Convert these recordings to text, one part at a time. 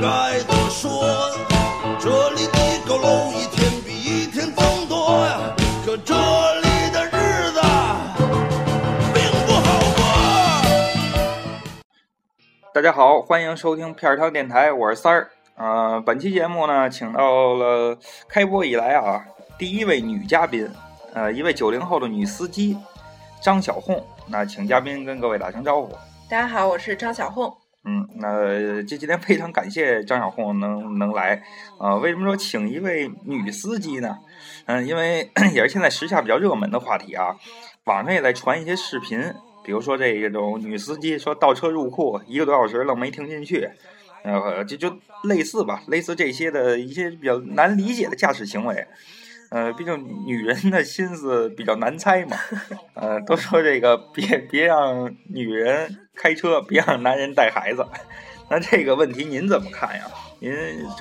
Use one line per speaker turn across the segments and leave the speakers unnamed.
该都说，这里的佝偻一天比一天增多呀，可这里的日子并不好过。
大家好，欢迎收听片儿汤电台，我是三儿。呃，本期节目呢，请到了开播以来啊第一位女嘉宾，呃，一位九零后的女司机张小红。那请嘉宾跟各位打声招呼。
大家好，我是张小红。
嗯，那这今天非常感谢张小红能能来，呃，为什么说请一位女司机呢？嗯、因为 也是现在时下比较热门的话题啊，网上也在传一些视频，比如说这种女司机说倒车入库一个多小时愣没停进去，呃，就就类似吧，类似这些的一些比较难理解的驾驶行为。呃，毕竟女人的心思比较难猜嘛，呃，都说这个别别让女人开车，别让男人带孩子。 那这个问题您怎么看呀？您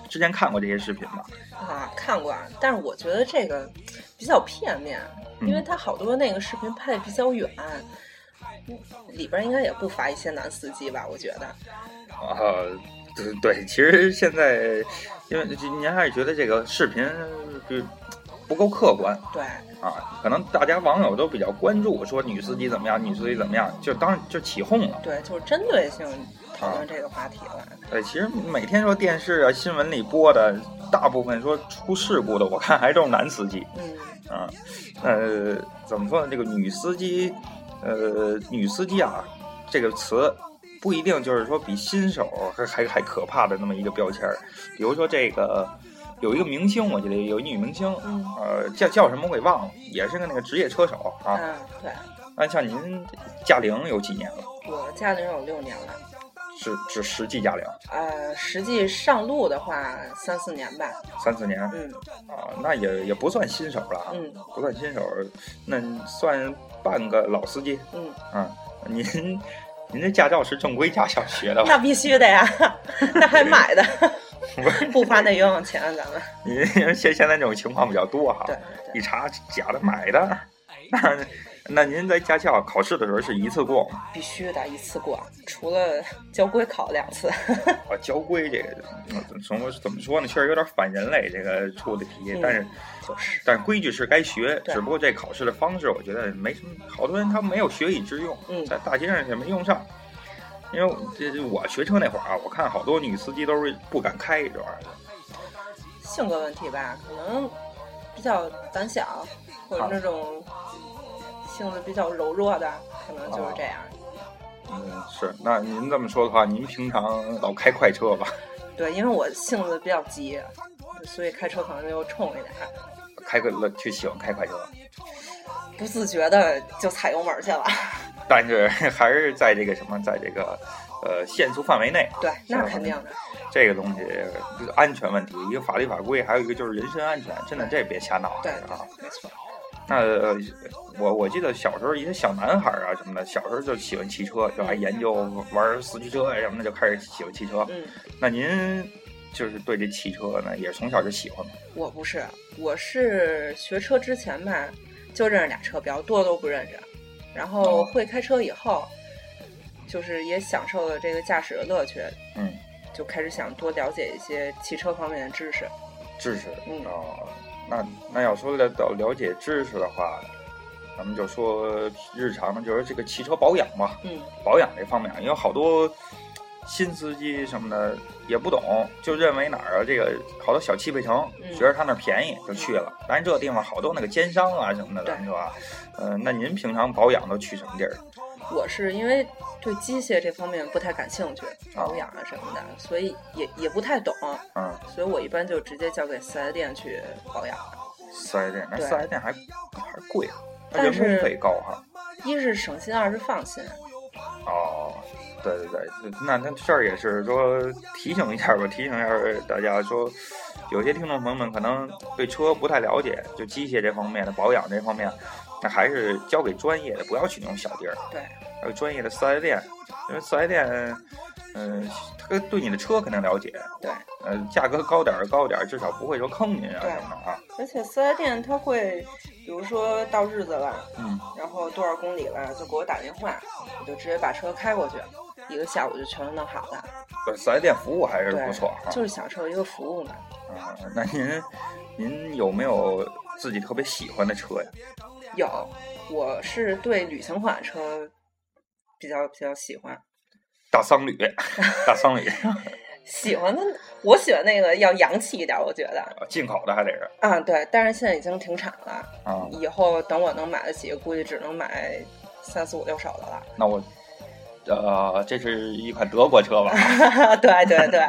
之前看过这些视频吗？
啊，看过啊，但是我觉得这个比较片面，
嗯
因为他好多那个视频拍的比较远，里边应该也不乏一些男司机吧？我觉得
啊，对对，其实现在，因为您还是觉得这个视频就不够客观
对，
啊，可能大家网友都比较关注，说女司机怎么样，女司机怎么样，就当就起哄了。
对，就是针对性讨论这个话题了。
对，呃其实每天说电视啊、新闻里播的，大部分说出事故的，我看还都是男司机
嗯，
啊。呃，怎么说呢？这个女司机，呃，女司机啊，这个词不一定就是说比新手还还还可怕的那么一个标签儿。比如说这个有一个明星，我记得有一女明星，
嗯
呃，叫叫什么我给忘了，也是个那个职业车手啊。
啊，对，
那像您驾龄有几年了？
我驾龄有六年了，
是是实际驾龄
呃，实际上路的话三四年吧。
三四年啊，
嗯
那也也不算新手了啊。
嗯
不算新手，那算半个老司机
嗯，
啊。您您这驾照是正规驾校学的吧？
那必须的呀， 那还买的，不花那冤枉钱啊，咱们。
您现现在这种情况比较多哈，
对对
一查假的买的。那那您在驾校考试的时候是一次过吗？
必须得一次过，除了交规考两次。
啊，交规这个嗯怎么怎么说呢？确实有点反人类这个出的题
嗯，
但是
就是，
但规矩是该学，
对
只不过这考试的方式，我觉得没什么，好多人他没有学以致用，
嗯
在大街上也没用上。因为我这这我学车那会儿啊，我看好多女司机都是不敢开这玩意儿
性格问题吧，可能比较胆小，或者那种性子比较柔弱的，可能就是这样。
嗯，是。那您这么说的话，您平常老开快车吧？
对，因为我性子比较急，所以开车可能就冲一点，
开个了去喜欢开快车，
不自觉的就踩油门去了。
但是 还是在这个什么，在这个呃限速范围内，
对，那肯定的。
这个东西就是安全问题，一个法律法规，还有一个就是人身安全，真的这别瞎闹啊
对，
这个啊。
对，没错。
那呃我我记得小时候一些小男孩儿啊什么的，小时候就喜欢骑车，就爱研究玩四驱车呀什么的，就开始喜欢骑车。
嗯，
那您就是对这汽车呢，也是从小就喜欢吗？
我不是，我是学车之前吧，就认识俩车标，多都不认识。然后会开车以后，就是也享受了这个驾驶的乐趣，
嗯，
就开始想多了解一些汽车方面的知识。
知识
嗯
哦。那那要说了到了解知识的话，咱们就说日常的，就是这个汽车保养吧，
嗯，
保养这方面，啊因为好多新司机什么的也不懂，就认为哪儿啊这个好多小汽配城，
嗯
觉得他那儿便宜就去了。咱这地方好多那个奸商啊什么的，
对
咱说啊，呃，那您平常保养都去什么地儿？
我是因为对机械这方面不太感兴趣，保养啊什么的，所以也也不太懂，
嗯，
所以我一般就直接交给四 S 店去保养。
四 S 店，那
对
四 S 店还还贵啊，它人
但是
工费高哈。
一是省心，二是放心。
哦，对对对，那那这儿也是说提醒一下吧，提醒一下大家说，有些听众朋友们可能对车不太了解，就机械这方面的保养这方面，那还是交给专业的，不要去那种小地儿，
对，
还有专业的四 S 店，因为四 S 店，嗯、他对你的车肯定了解，
对，
呃，价格高点儿高点儿，至少不会说坑您啊
对
什么的啊，
而且四 S 店他会，比如说到日子了。
嗯，
然后多少公里了，就给我打电话，我就直接把车开过去，一个下午就全都弄好了。
不是四 S 店服务还是
对，
不错啊。
就是享受一个服务嘛。
啊，那您您有没有自己特别喜欢的车呀？
有，我是对旅行款车比较比较喜欢，
大桑旅，大桑旅，
喜欢的我喜欢那个要洋气一点，我觉得
进口的还得是
啊，对，但是现在已经停产了，
啊。
以后等我能买得起，估计只能买三四五六手的了。
那我，呃，这是一款德国车吧？
对对对，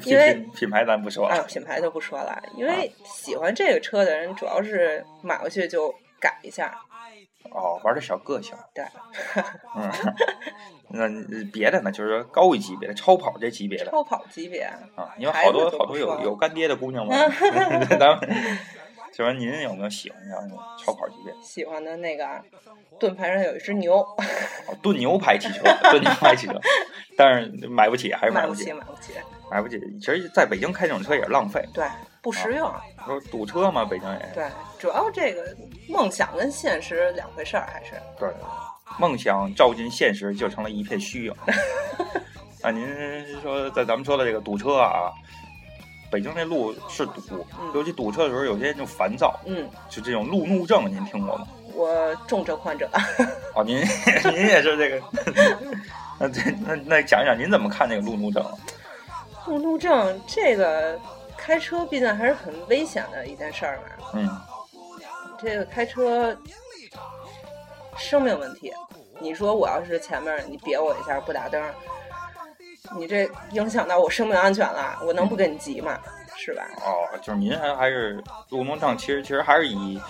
品
因为
品品牌咱不说
啊，
了。
品牌就不说了，因为喜欢这个车的人主要是买回去就改一下，
哦，玩的小个性。
对，
嗯，那你别的呢，就是说高一级别的超跑这级别的
超跑级别。
啊，因为
孩
好
子
多
就
好
不
多
说
有
了
有干爹的姑 娘嘛，咱们就说您有没有喜欢的超跑级别？
喜欢的那个盾牌上有一只牛，
哦，炖牛排汽车，炖牛排汽车， 但是买不起，还是
买
买不
起，
起，
买不起，
买不起。其实在北京开这种车也是浪费，
对，不实用，
说堵车嘛，北京也是。
对，主要这个梦想跟现实两回事儿，还是
对，梦想照进现实就成了一片虚影。 啊，您说在咱们说的这个堵车啊，北京这路是堵，
嗯
尤其堵车的时候，有些人就烦躁，
嗯，
就这种路怒症，您听过吗？
我重症患者，
哦，您 您也是这个， 那这那那讲一讲您怎么看这个路怒症？
路怒症这个开车毕竟还是很危险的一件事儿嘛，
嗯，
这个开车生命问题，你说我要是前面你别我一下不打灯儿，你这影响到我生命安全了，我能不跟你急吗？是吧？
哦，就是您还还是路怒症，其实其实还是以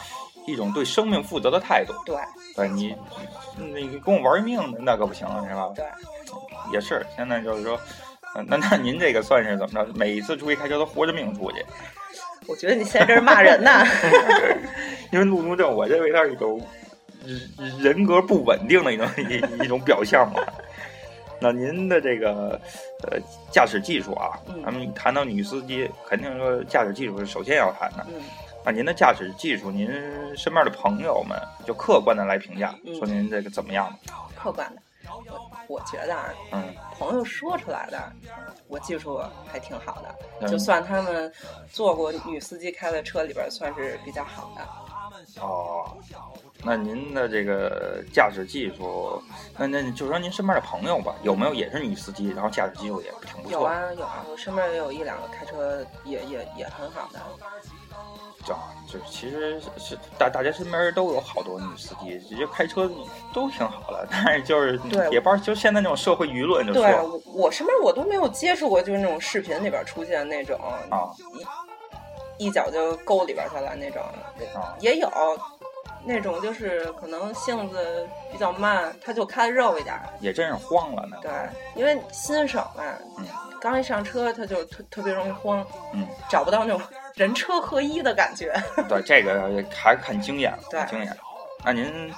一种对生命负责的态度。
对
对你，那个跟我玩命的那可不行，是吧？
对，
也是，现在就是说，呃那那您这个算是怎么着？每一次出去开车都豁着命出去，
我觉得你现在这是骂人呢。
因为路怒症，我认为它是一种人人格不稳定的一种 一一种表象嘛。那您的这个呃驾驶技术啊，
嗯
咱们谈到女司机，肯定说驾驶技术是首先要谈的。
嗯，
啊，您的驾驶技术，您身边的朋友们就客观的来评价，
嗯
说您这个怎么样？
客观的，我我觉得啊，
嗯，
朋友说出来的，我技术还挺好的，
嗯
就算他们坐过女司机开的车里边，算是比较好的。
哦，那您的这个驾驶技术，那那就说您身边的朋友吧，有没有也是女司机，然后驾驶技术也挺不
有
错？
啊有啊，我身边也有一两个开车也也也很好的。
啊，就是其实是是大大家身边都有好多女司机，直接开车都挺好的， 但是就是
对
也不知道，就现在那种社会舆论就
对
说
啊，我我身边我都没有接触过，就是那种视频里边出现那种
啊
一脚就勾里边去了那种，
啊
也有那种就是可能性子比较慢，他就开得肉一点儿。
也真是慌了呢。
对，因为新手嘛，
嗯
刚一上车他就特特别容易慌，
嗯，
找不到那种人车合一的感觉。
对，这个还是看经验，看
对
经验。那您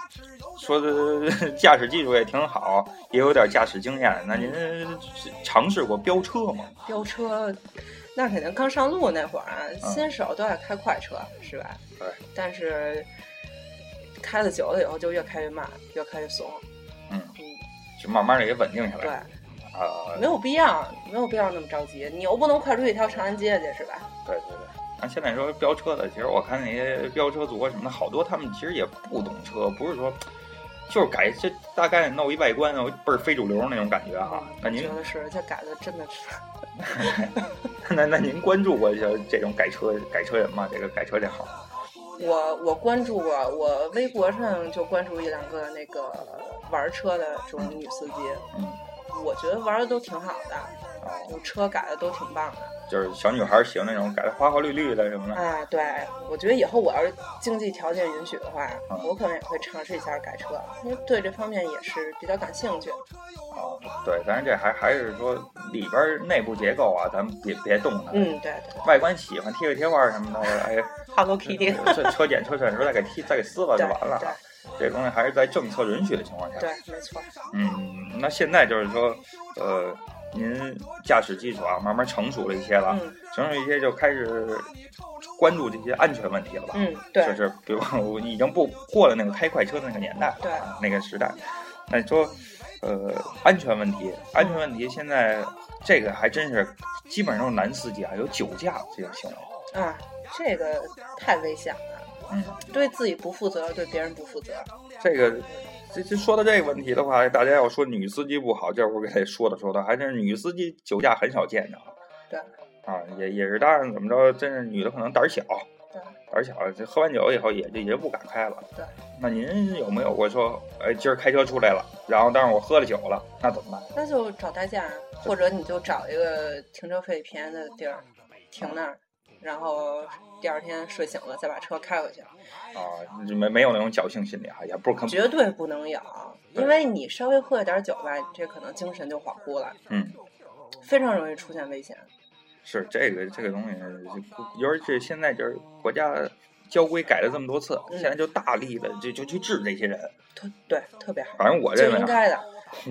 说的驾驶技术也挺好，也有点驾驶经验。那您是尝试过飙车吗？
飙车，那肯定刚上路那会儿啊，新手都爱开快车，是吧？
嗯对。
但是开的久了以后，就越开越慢，越开越怂。
嗯
嗯，
就慢慢的也稳定下
对
来。，啊、
没有必要，没有必要那么着急。你又不能快出一条长安街去，是吧？
对对对。那现在说飙车的，其实我看那些飙车族啊什么的，好多他们其实也不懂车，不是说就是改这大概弄一外观，然后倍儿非主流那种感觉啊。那您
觉得是，这改的真的是，
那那您关注过这这种改车改车人吗？这个改车这行
我我关注过，我微博上就关注一两个那个玩车的这种女司机，
嗯
我觉得玩的都挺好的，
哦。
就车改的都挺棒的。
就是小女孩喜欢那种改的花花绿绿的什么的。
啊，对，我觉得以后我要是经济条件允许的话，
嗯
我可能也会尝试一下改车，因为对这方面也是比较感兴趣。
哦，对，但是这还还是说里边儿内部结构啊，咱们别别动它。
嗯，对对嗯
外观喜欢贴个贴画儿什么的，哎，
，Hello Kitty，
这车检车检时候再给贴再给撕了就
对
完了啊。这东西还是在政策允许的情况下。
对，对，没错。
嗯，那现在就是说，呃，您驾驶技术啊，慢慢成熟了一些了，
嗯
成熟一些就开始关注这些安全问题了吧？
嗯，对
就是比如我已经不过了那个开快车的那个年代，
对
啊那个时代。那你说，呃安全问题，安全问题现在这个还真是基本上都是男司机啊，有酒驾这种行为。
啊，这个太危险了，
嗯，
对自己不负责，对别人不负责。
这个这这说到这个问题的话，大家要说女司机不好，这会儿给他说的说的，还真是女司机酒驾很少见着。
对，
啊，也也是，当然怎么着，真是女的可能胆儿小，
对
胆儿小，这喝完酒以后也就也不敢开了。
对，
那您有没有过说，哎，今儿开车出来了，然后但是我喝了酒了，那怎么办？
那就找代驾，或者你就找一个停车费便宜的地儿停那儿，然后第二天睡醒了再把车开回去，
啊，就没没有那种侥幸心理啊，也不是坑，
绝对不能有，因为你稍微喝一点酒吧，你这可能精神就恍惚了，
嗯，
非常容易出现危险。
是这个这个东西，尤其是现在就是国家交规改了这么多次，
嗯
现在就大力的就就去治这些人。
特对特别好，
反正我
就
认为
应
啊，
该的。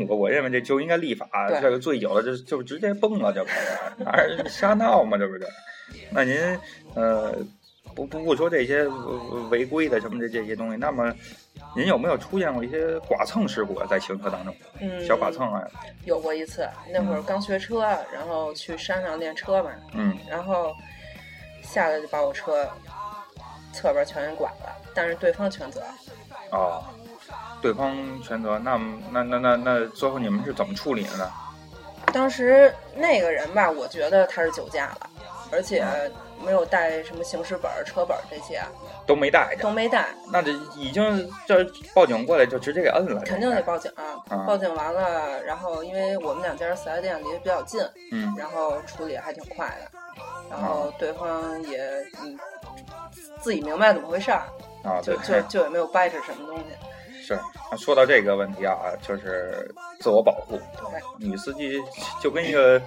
我我认为这就应该立法，
对
这个醉酒了就就直接崩了，这不是哪儿瞎闹嘛，这不是？那您呃不不不说这些呃违规的什么的这些东西，那么您有没有出现过一些剐蹭事故啊？在行车当中，
嗯，
小剐蹭啊，
有过一次，那会儿刚学车，然后去山上练车嘛，
嗯
然后下来就把我车侧边全给剐了，但是对方全责。
哦，对方全责，那么那那那那最后你们是怎么处理的呢？
当时那个人吧，我觉得他是酒驾了，而且没有带什么行驶本儿、车本儿这些
都没带着，
都没带，
那这已经这报警过来就直接给摁了，
肯定得报警啊
啊！
报警完了，然后因为我们两家四 S 店离得比较近，
嗯。
然后处理还挺快的，然后对方也嗯自己明白怎么回事儿，
啊，
就
对，
就就也没有掰扯什么东西。
是。那说到这个问题啊，就是自我保护，
对，
女司机就跟一个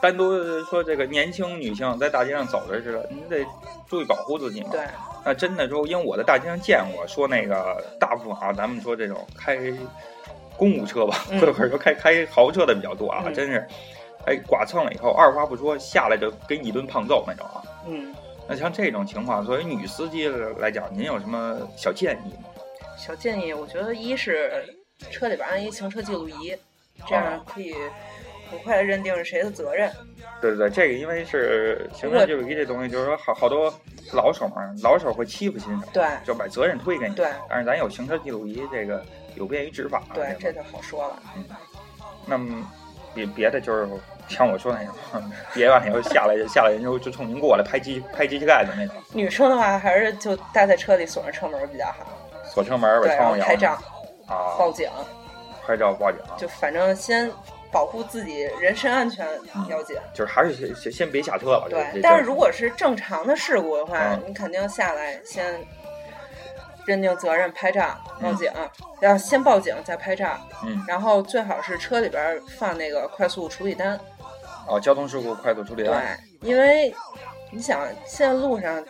单独说这个年轻女性在大街上走着似的，你得注意保护自己嘛。
对，
那真的说，因为我在大街上见过，说那个大部分啊，咱们说这种开公务车吧，
嗯
或者说开开豪车的比较多啊，
嗯
真是，哎，剐蹭了以后，二话不说下来就给你一顿胖揍那种啊。
嗯，
那像这种情况，作为女司机来讲，您有什么小建议吗？
小建议，我觉得一是车里边安一行车记录仪，这样可以很快地认定是谁的责任。
对对对，这个因为是行车记录仪这东西，就是说好好多老手嘛，老手会欺负新手，
对
就把责任推给你。
对
但是咱有行车记录仪，这个有便于执法。啊
对，这
个。
就好说了。
那么别别的就是像我说那种， 别完了以后下来就下来，人就就冲您过来拍机拍机器盖子那种，
女生的话，还是就待在车里锁上车门比较好。
锁车门把
对，然
窗
后
户摇
拍照、
啊，
报警，
拍照报警，
就反正先保护自己人身安全
嗯
要紧。
就是还是先先先别下车吧。这
对
这，
但是如果是正常的事故的话
嗯，
你肯定下来先认定责任，拍照报警，然后先报警再拍照，
嗯
然后最好是车里边放那个快速处理单。
啊，交通事故快速处理
对
案，，
因为你想现在路上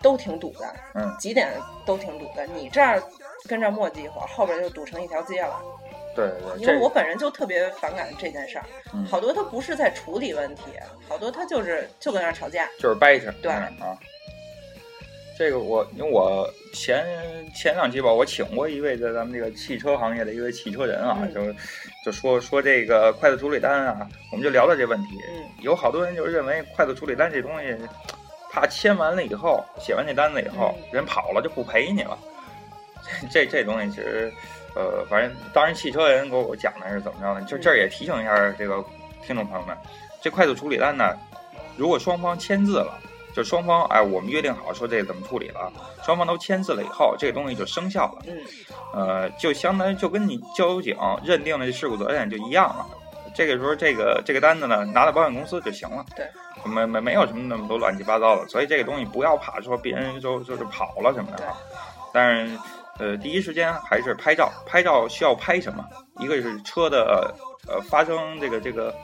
都挺堵的，
嗯，
几点都挺堵的，你这儿跟这儿磨叽一会儿，后边就堵成一条街了。
对对对，
因为
这
我本人就特别反感这件事儿，
嗯
好多他不是在处理问题，好多他就是就跟那儿吵架。
就是掰扯，
对
嗯啊。这个我因为我前前两期吧，我请过一位在咱们这个汽车行业的一位汽车人啊，
嗯
就就说说这个快速处理单啊，我们就聊到这问题。
嗯
有好多人就认为快速处理单这东西，怕签完了以后，写完这单子以后，
嗯
人跑了就不赔你了。 这这这东西其实，呃，反正当然汽车人给我讲的是怎么着呢？就
嗯
这儿也提醒一下这个听众朋友们，这快速处理单呢，如果双方签字了。就双方哎，我们约定好说这怎么处理了，双方都签字了以后，这个东西就生效了。
嗯，
呃，就相当于就跟你交警认定了事故责任就一样了。这个时候，这个这个单子呢，拿到保险公司就行了。
对，
没没没有什么那么多乱七八糟的，所以这个东西不要怕说别人就就是跑了什么的啊。但是，呃，第一时间还是拍照，拍照需要拍什么？一个是车的呃发生这个这个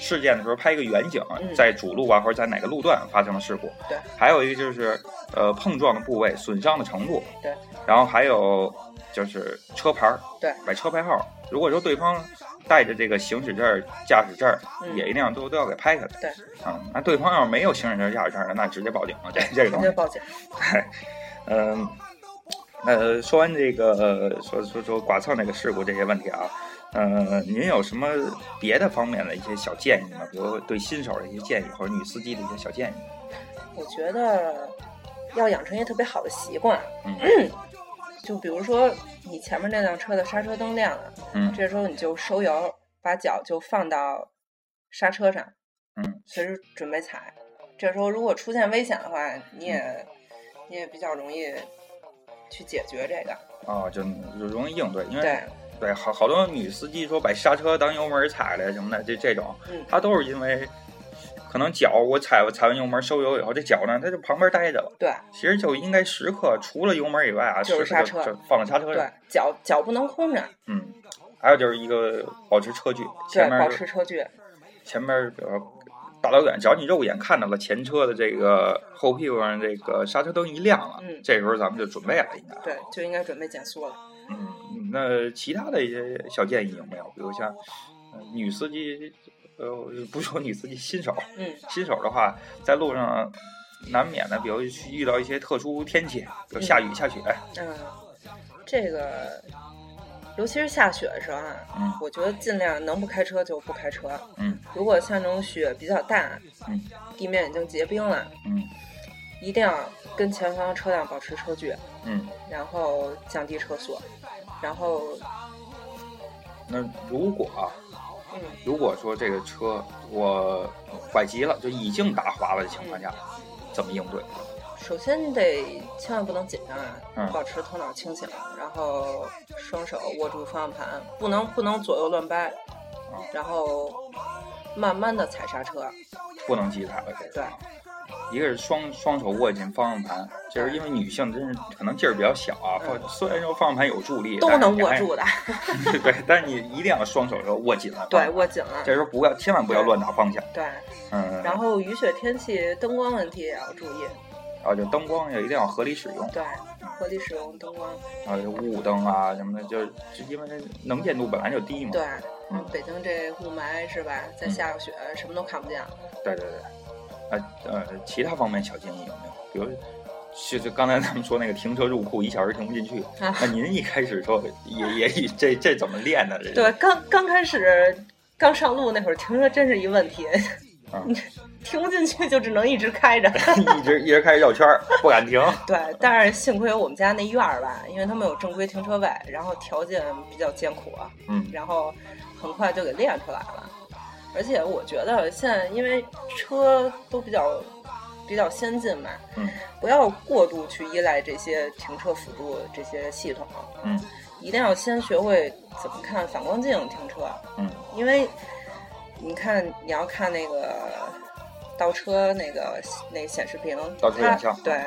事件的时候拍一个远景，
嗯
在主路啊或者在哪个路段发生了事故。
对，
还有一个就是呃碰撞的部位、损伤的程度。
对，
然后还有就是车牌儿，
对，
买车牌号。如果说对方带着这个行驶证儿、驾驶证儿，
嗯
也一定要都都要给拍下来。
对，
啊、那对方要是没有行驶证儿、驾驶证儿的，那直接报警了。这这个
直
东
接
西，
报警。
嗯，呃，说完这个，呃说说说剐蹭这个事故这些问题啊，呃，您有什么别的方面的一些小建议吗？比如对新手的一些建议，或者女司机的一些小建议？
我觉得要养成一个特别好的习惯，
嗯
就比如说你前面那辆车的刹车灯亮了，
嗯
这时候你就收油，把脚就放到刹车上，
嗯，
随时准备踩。这时候如果出现危险的话，
嗯
你也你也比较容易去解决这个。
哦，就就容易应对，因为
对，
对，好好多女司机说把刹车当油门踩了什么的，这这种
嗯，
她都是因为可能脚我踩我踩完油门收油以后，这脚呢它就旁边待着了。
对
其实就应该时刻除了油门以外啊，
就是
时刻
刹车
就放在刹车
对
上。，
脚脚不能空着，
嗯，还有就是一个保持车距，前
对，
面
保持车距，
前面比如说大老远，只要你肉眼看到了前车的这个后屁股上这个刹车灯一亮了，
嗯
这时候咱们就准备了，应该。
对，就应该准备减速了。
嗯，那其他的一些小建议有没有？比如像、呃女司机，呃，不说女司机，新手，
嗯，
新手的话，在路上难免的，比如去遇到一些特殊天气，比如
嗯
下雨、下雪，
嗯，这个，尤其是下雪的时候啊，
嗯
我觉得尽量能不开车就不开车。
嗯
如果像这种雪比较大，
嗯
地面已经结冰了，
嗯
一定要跟前方车辆保持车距，
嗯。
然后降低车速，然后
那如果啊
嗯，
如果说这个车我呃坏极了，就已经打滑了的情况下，怎么应对？
首先你得千万不能紧张啊，
嗯
保持头脑清醒，然后双手握住方向盘，不能不能左右乱掰，
哦
然后慢慢的踩刹车，
不能急踩了，这
对
个。一个是双双手握紧方向盘，就是因为女性真是可能劲儿比较小啊。
嗯
放虽然说方向盘有助力，
都
但是
能
你
握
还
住的，
对，但是你一定要双手握紧了。啊
对，握紧了
这，时候不要，千万不要乱打方向。
对。
嗯，
然后雨雪天气灯光问题也要注意，
然后就灯光也一定要合理使用，
对，合理使用灯光，
然后就雾灯啊什么的，就是就因为能见度本来就低嘛。
对。
嗯
北京这雾霾是吧？再下个雪，什么都看不见了。
对对对，呃呃，其他方面小建议有没有？比如，就是刚才咱们说那个停车入库一小时停不进去，
啊
那您一开始说也也也这这怎么练的？这是
对，，刚刚开始刚上路那会儿，停车真是一问题，
啊、
停不进去就只能一直开着。
一直一直开始绕圈儿，不敢停。
对，但是幸亏我们家那院儿吧，因为他们有正规停车位，然后条件比较艰苦，啊
嗯
然后很快就给练出来了。而且我觉得现在因为车都比较比较先进嘛，
嗯
不要过度去依赖这些停车辅助这些系统，
嗯
一定要先学会怎么看反光镜停车，
嗯
因为你看你要看那个倒车那个那个显示屏，
倒车
它
影像
对，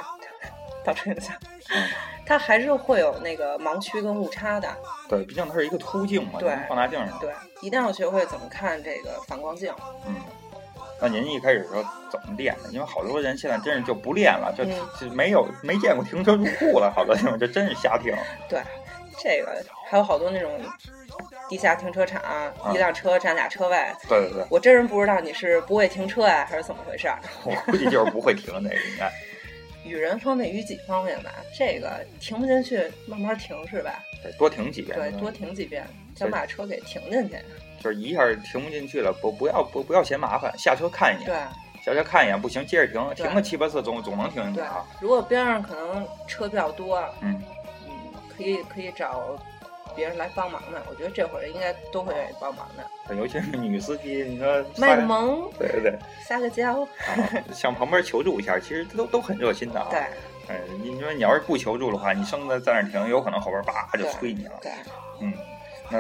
倒车影像，
嗯，
它还是会有那个盲区跟误差的，
对，毕竟它是一个凸镜嘛，
对
跟放大镜似的。
对，一定要学会怎么看这个反光镜。
嗯，那您一开始说怎么练的？因为好多人现在真是就不练了，就、
嗯
就没有没见过停车入库了，好多地方就真是瞎 停。
对，这个还有好多那种地下停车场，
嗯
一辆车占俩车位。
对对对，
我真人不知道你是不会停车呀、还是怎么回事儿。
我估计就是不会停这个应该。
与人方面，与己方面吧，这个停不进去，慢慢停是吧？
得多停几遍，
对，
嗯
多停几遍，想把车给停进去。
就是一下停不进去了，不不要不不要嫌麻烦，下车看一
对
眼，下车看一眼不行，接着停，
对
停个七八次总总能停进去
对
啊。，
如果边上可能车比较多，
嗯，
嗯，可以可以找别人来帮忙的。我觉得这会儿应该都会愿意帮忙的。
对尤其是女司机，你说
卖
仨
个萌，
对对对，
撒个娇，
啊，向旁边求助一下，其实都都很热心的啊。
对，
哎，你你说你要是不求助的话，你生在在那儿停，有可能后边叭就催你了。
对，
嗯，那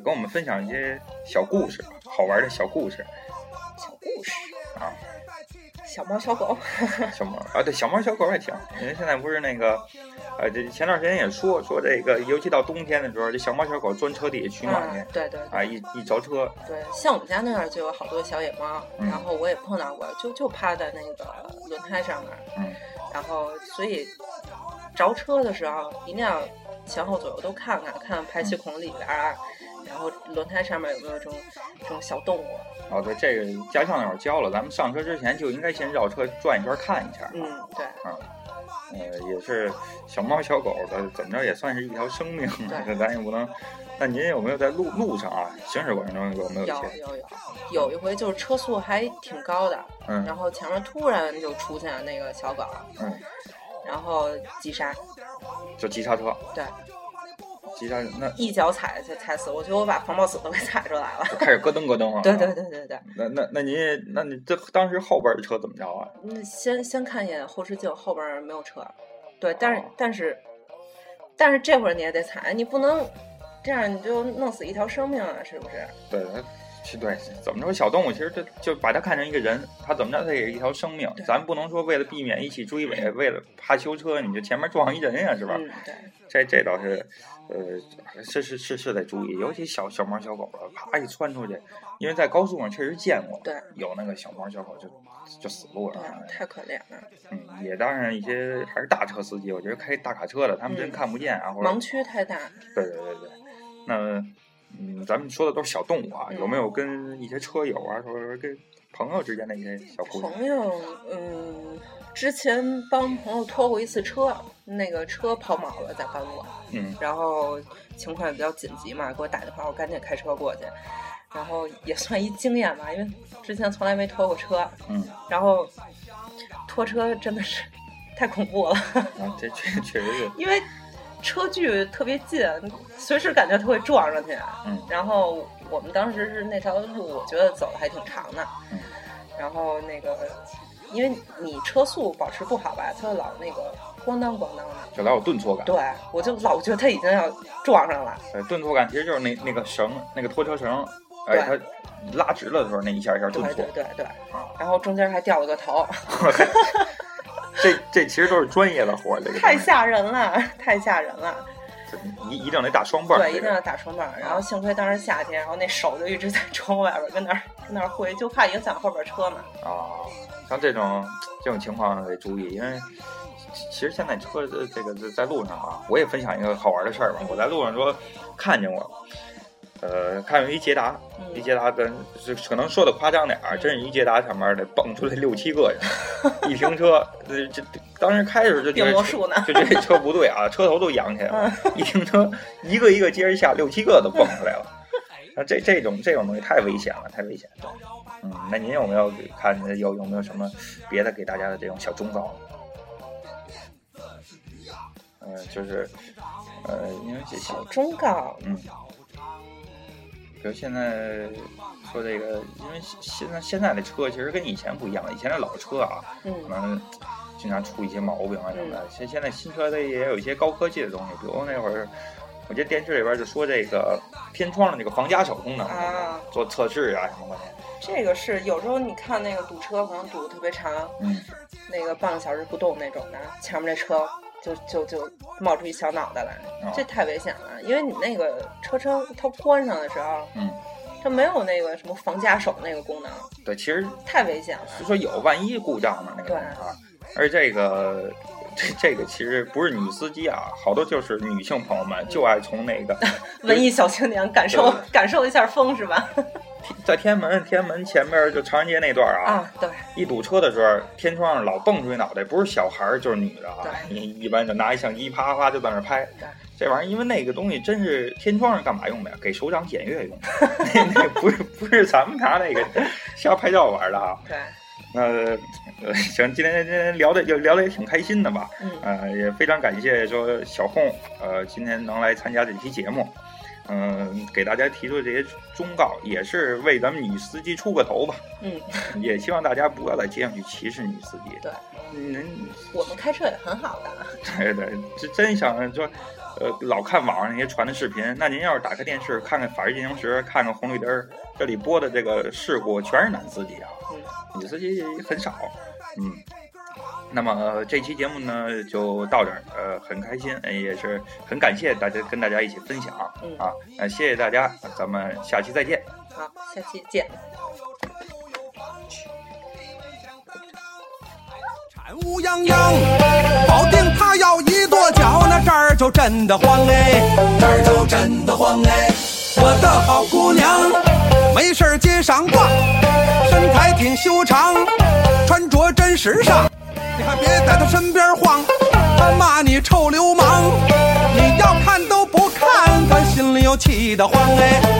跟我们分享一些小故事，好玩的小故事
小故事，
啊，
小猫小狗，
小猫啊，对，小猫小狗也行。因为现在不是那个，呃，这前段时间也说说这个，尤其到冬天的时候，这小猫小狗钻车底取暖去、
嗯，对对
啊，一一着车，
对，像我们家那儿就有好多小野猫，
嗯
然后我也碰到过，就就趴在那个轮胎上面，
嗯，
然后所以着车的时候一定要前后左右都看看，看看排
嗯
气孔里边啊，然后轮胎上面有没有这种这种小动物，
啊，对，这个家教那会儿教了，咱们上车之前就应该先绕车转一圈看一下啊。
嗯，对，
啊，呃，也是小猫小狗的，怎么着也算是一条生命，啊
对
咱也不能。那您有没有在路路上啊，行驶过程中有没有一
有
些？
有有，有一回就是车速还挺高的，
嗯
然后前面突然就出现那个小狗，
嗯，
然后急刹，
就急刹车，
对，
急刹那
一脚踩下去踩死，我觉得我把防抱死都给踩出来了。
就开始咯噔咯噔了。啊
对对。对对对，
那那那您也那你这当时后边的车怎么着啊？
嗯先先看一眼后视镜，后边儿没有车，对，但是但是但是这会儿你也得踩，你不能这样你就弄死一条生命啊，是不是？
对，是对，怎么说小动物其实这就把它看成一个人，它怎么着它也是一条生命，
对
咱不能说为了避免一起追尾，为了怕修车你就前面撞一人呀、是吧？
嗯，对。
这这倒是，呃，是是是是得注意，尤其小小猫小狗了，啪一窜出去，因为在高速上确实见过，
对
有那个小猫小狗就就死路
对
了，，啊
啊太可怜了，
嗯，也当然一些还是大车司机，我觉得开大卡车的他们真
嗯
看不见啊，或者
盲区太大。
对对对对，那嗯，咱们说的都是小动物啊，
嗯
有没有跟一些车友啊，或者说跟朋友之间的一些小故事？
朋友，嗯，之前帮朋友拖过一次车，那个车抛锚了在班路，
嗯，
然后情况也比较紧急嘛，给我打电话，我赶紧开车过去，然后也算一经验吧，因为之前从来没拖过车，
嗯，
然后拖车真的是 太恐怖了，
啊，这确确实是，
因为车距特别近，随时感觉它会撞上去。
嗯
然后我们当时是那条路，我觉得走的还挺长的。
嗯
然后那个，因为你车速保持不好吧，它就老那个咣当咣当的。
就老有顿挫感。
对，我就老觉得它已经要撞上了。
呃，顿挫感其实就是那那个绳，那个拖车绳，哎，它
对
拉直了的时候那一下一下
对
顿挫
对。对对。
啊
然后中间还掉了个头，
这这其实都是专业的活儿，这个
太
东西
吓人了，太吓人了。
一一定得打双棒儿。啊
对，
这
一定
个
要打双棒。然后幸亏当时夏天，然后那手就一直在窗户外边跟那儿跟那儿挥，就怕影响后边车嘛。
啊，像这种这种情况得注意，因为其其实现在车的这个在路上啊，我也分享一个好玩的事儿吧。我在路上说看见过，呃，看见一捷达，一
嗯，
捷达跟是可能说的夸张点儿，真是一捷达上面得蹦出来六七个 人，一停车，呃，这这当时开的时候就觉
变
得
魔
车
术呢？
就这车不对啊，车头都扬起来了，一停车，一个一个接着下，六七个都蹦出来了。那这这种这种东西太危险了，太危险了。嗯，那您有没有看有有没有什么别的给大家的这种小忠告？嗯、就是，呃，因为这些，
小忠告，
嗯，比如现在说这个，因为现在现在的车其实跟以前不一样了，以前的老车啊，可
嗯
能经常出一些毛病啊什么的。现、现在新车它也有一些高科技的东西，比如那会儿，我记得电视里边就说这个天窗的这个防夹手功能，
啊，
做测试啊什么的。
这个是有时候你看那个堵车，可能堵得特别长，
嗯，
那个半个小时不动那种的，前面这车就就就冒出一小脑袋来，
啊
这太危险了，因为你那个车窗它关上的时候，
嗯，
它没有那个什么防夹手那个功能，
对，其实
太危险了。
是说有万一故障呢那个
对
东西啊，而这个。这这个其实不是女司机啊，好多就是女性朋友们就爱从那个
文艺小青年感受
对
感受一下风是吧？
在天安门天安门前面就长安街那段啊，
啊，对，
一堵车的时候，天窗上老蹦出一脑袋，不是小孩儿就是女的啊。你一般就拿一相机啪啪就在那儿拍
对。
这玩意儿，因为那个东西真是天窗是干嘛用的呀？给手掌检阅用的。那那不是不是咱们拿那个瞎拍照玩的啊。
对，
那、呃，行，今天今天聊的就聊的也挺开心的吧？
嗯，
呃，也非常感谢说小红，呃，今天能来参加这期节目，嗯、给大家提出这些忠告，也是为咱们女司机出个头吧。
嗯，
也希望大家不要在街上去歧视女司机。
对，
您
我们开车也很好的，
对对，哎这真想说，呃，老看网上那些传的视频，那您要是打开电视看看《法制进行时》，看看红绿灯儿，这里播的这个事故全是男司机啊，
嗯，
女司机很少。嗯，那么、呃这期节目呢就到这儿，呃，很开心，呃也是很感谢大家跟大家一起分享啊，
嗯
啊，呃谢谢大家，咱们下期再见。
好，下期见。
产乌泱泱，保定他要一跺脚，那这儿就震得慌哎，这儿就震得慌哎。我的好姑娘，没事儿街上逛，身材挺修长，穿着真时尚。
你还别在他身边晃，他骂你臭流氓，你要看都不看，咱心里又气得慌哎。